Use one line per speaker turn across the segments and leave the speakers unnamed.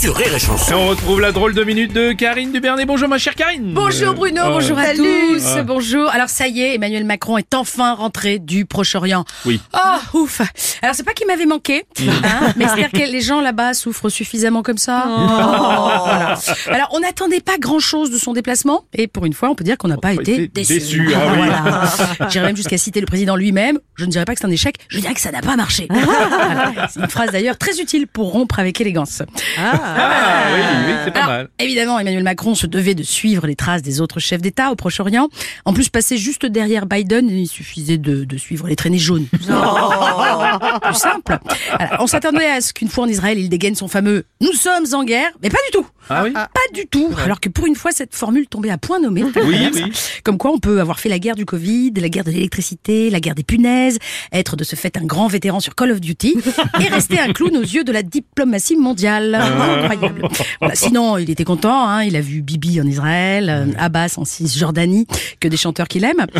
sur Rire et
Et
Chanson.
on retrouve la drôle de minute de Karine Dubernet. Bonjour ma chère Karine.
Bonjour Bruno,
Euh,
bonjour à
Salut.
tous, bonjour. Alors ça y est, Emmanuel Macron est enfin rentré du Proche-Orient.
Oui.
Oh, ouf. Alors c'est pas qu'il m'avait manqué, hein, mais c'est-à-dire que les gens là-bas souffrent suffisamment comme ça. Oh, Voilà. Alors on n'attendait pas grand-chose de son déplacement, et pour une fois on peut dire qu'on n'a pas été déçus.
déçu, ah oui.
Voilà. J'irais même jusqu'à citer le président lui-même. Je ne dirais pas que c'est un échec, je dirais que ça n'a pas marché. Voilà. C'est une phrase d'ailleurs très utile pour rompre avec élégance.
Ah oui, oui, c'est pas
Alors,
mal.
Évidemment, Emmanuel Macron se devait de suivre les traces des autres chefs d'État au Proche-Orient. En plus, passer juste derrière Biden, il suffisait de, de suivre les traînées jaunes. Plus simple. Voilà. on s'attendait à ce qu'une fois en Israël, il dégaine son fameux « Nous sommes en guerre », mais pas du tout.
Ah oui.
Pas du tout. Alors que pour une fois, cette formule tombait à point nommé.
Oui, oui.
Comme quoi, on peut avoir fait la guerre du Covid, la guerre de l'électricité, la guerre des punaises, être de ce fait un grand vétéran sur Call of Duty et rester un clown aux yeux de la diplomatie mondiale.
Ah.
Incroyable. Voilà, sinon, il était content. hein, il a vu Bibi en Israël, euh, Abbas en Cisjordanie, que des chanteurs qu'il aime. Et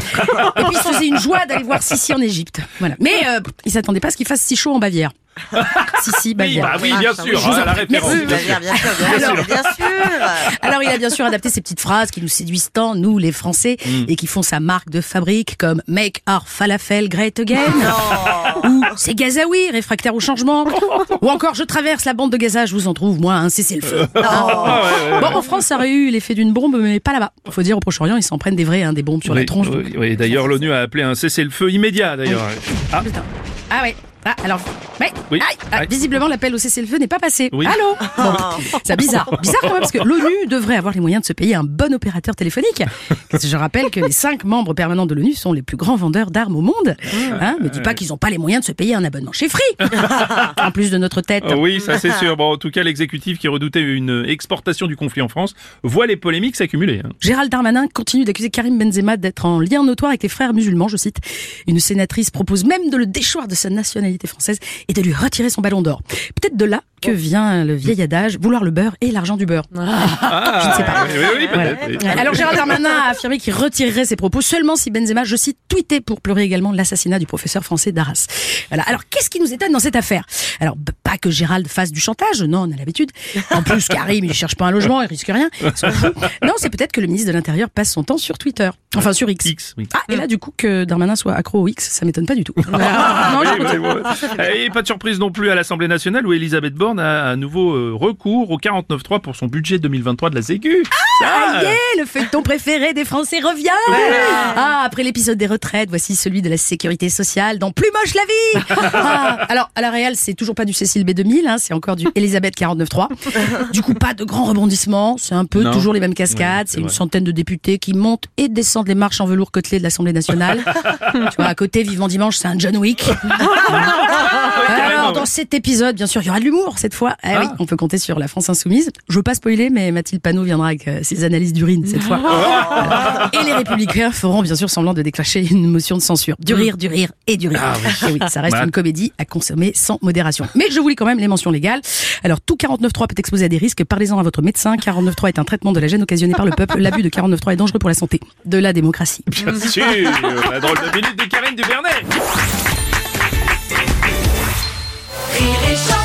puis, il se faisait une joie d'aller voir Sissi en Égypte. Voilà. Mais euh, il s'attendait pas à ce qu'il fasse si chaud en Bavière. Sissi,
Oui,
Bavière.
bah
Ah,
oui, bien sûr.
vous
hein,
en
la
prie.
référence.
Merci.
bien
Bien
sûr.
sûr, bien sûr, bien sûr, bien sûr.
Alors, il a bien sûr adapté ces petites phrases qui nous séduisent tant, nous, les Français,
Mm.
et qui font sa marque de fabrique, comme Make our falafel great again, ou C'est Gazaoui, réfractaire au changement, ou encore Je traverse la bande de Gaza, je vous en trouve, moi, un cessez-le-feu.
Ah, ouais, ouais, ouais.
Bon, en France, ça aurait eu l'effet d'une bombe, mais pas là-bas. Faut dire, au Proche-Orient, ils s'en prennent des vrais, hein, des bombes sur la
Oui,
tronche.
oui, oui. D'ailleurs, l'ONU a appelé un cessez-le-feu immédiat. D'ailleurs. Ah,
Putain. Ah ouais. Ah, alors, ouais.
Oui.
Aïe. Ah,
Aïe.
visiblement, l'appel au cessez-le-feu n'est pas passé.
Oui. Ah.
Allô Bon, C'est bizarre. Bizarre quand même, parce que l'ONU devrait avoir les moyens de se payer un bon opérateur téléphonique. Parce que Je rappelle que les cinq membres permanents de l'ONU sont les plus grands vendeurs d'armes au monde.
Ah.
Hein, me dis pas qu'ils n'ont pas les moyens de se payer un abonnement chez Free. en plus de notre tête.
euh, oui, ça
Ah.
c'est sûr. Bon, en tout cas, l'exécutif qui redoutait une exportation du conflit en France voit les polémiques s'accumuler. hein.
Gérald Darmanin continue d'accuser Karim Benzema d'être en lien notoire avec les frères musulmans, je cite. Une sénatrice propose même de le déchoir de sa nationalité française et de lui retirer son ballon d'or. Peut-être de là que vient le vieil adage, vouloir le beurre et l'argent du beurre.
Ah,
Je ne sais pas.
Oui, oui, Ah oui,
Voilà.
peut-être.
Ouais. Alors Gérald Darmanin a affirmé qu'il retirerait ses propos seulement si Benzema, je cite, tweetait pour pleurer également l'assassinat du professeur français d'Arras. Voilà. Alors qu'est-ce qui nous étonne dans cette affaire Alors b- pas que Gérald fasse du chantage, non, on a l'habitude. En plus, Karim, il cherche pas un logement, il risque rien. il s'en fout. Non, c'est peut-être que le ministre de l'Intérieur passe son temps sur Twitter, enfin sur X.
X, oui.
Ah, et là du coup que Darmanin soit accro au X, ça m'étonne pas du tout.
Ah,
Non,
oui,
je
oui, oui. Et pas de surprise non plus à l'Assemblée nationale où Elisabeth Borne a à nouveau euh, recours au 49.3 pour son budget 2023 de la Sécu.
Ah,
Ça,
yeah, le feuilleton préféré des Français revient Ah, après l'épisode des retraites, voici celui de la sécurité sociale dans Plus moche la vie Ah, Alors, à la Real, c'est toujours pas du Cécile B2000, hein, c'est encore du Elisabeth 49.3. Du coup, pas de grands rebondissements, c'est un peu
Non.
toujours les mêmes cascades,
Oui, c'est
c'est une
vrai.
centaine de députés qui montent et descendent les marches en velours côtelé de l'Assemblée nationale. tu vois, à côté, vivement dimanche, c'est un John Wick.
ah,
Alors, dans cet épisode, bien sûr, il y aura de l'humour cette fois. Eh oui, on peut compter sur la France Insoumise. Je veux pas spoiler, mais Mathilde Panot viendra avec euh, ses analyses d'urine cette fois. Voilà. Et les Républicains feront bien sûr semblant de déclencher une motion de censure. Du rire, du rire et du rire. Eh oui, ça reste
Bah.
une comédie à consommer sans modération. Mais je vous lis quand même les mentions légales. Alors, tout 49.3 peut exposer à des risques. Parlez-en à votre médecin. 49.3 est un traitement de la gêne occasionnée par le peuple. L'abus de 49.3 est dangereux pour la santé. De la démocratie.
bien sûr. La drôle de minute de Karine Dubernet.
Rire et chanson.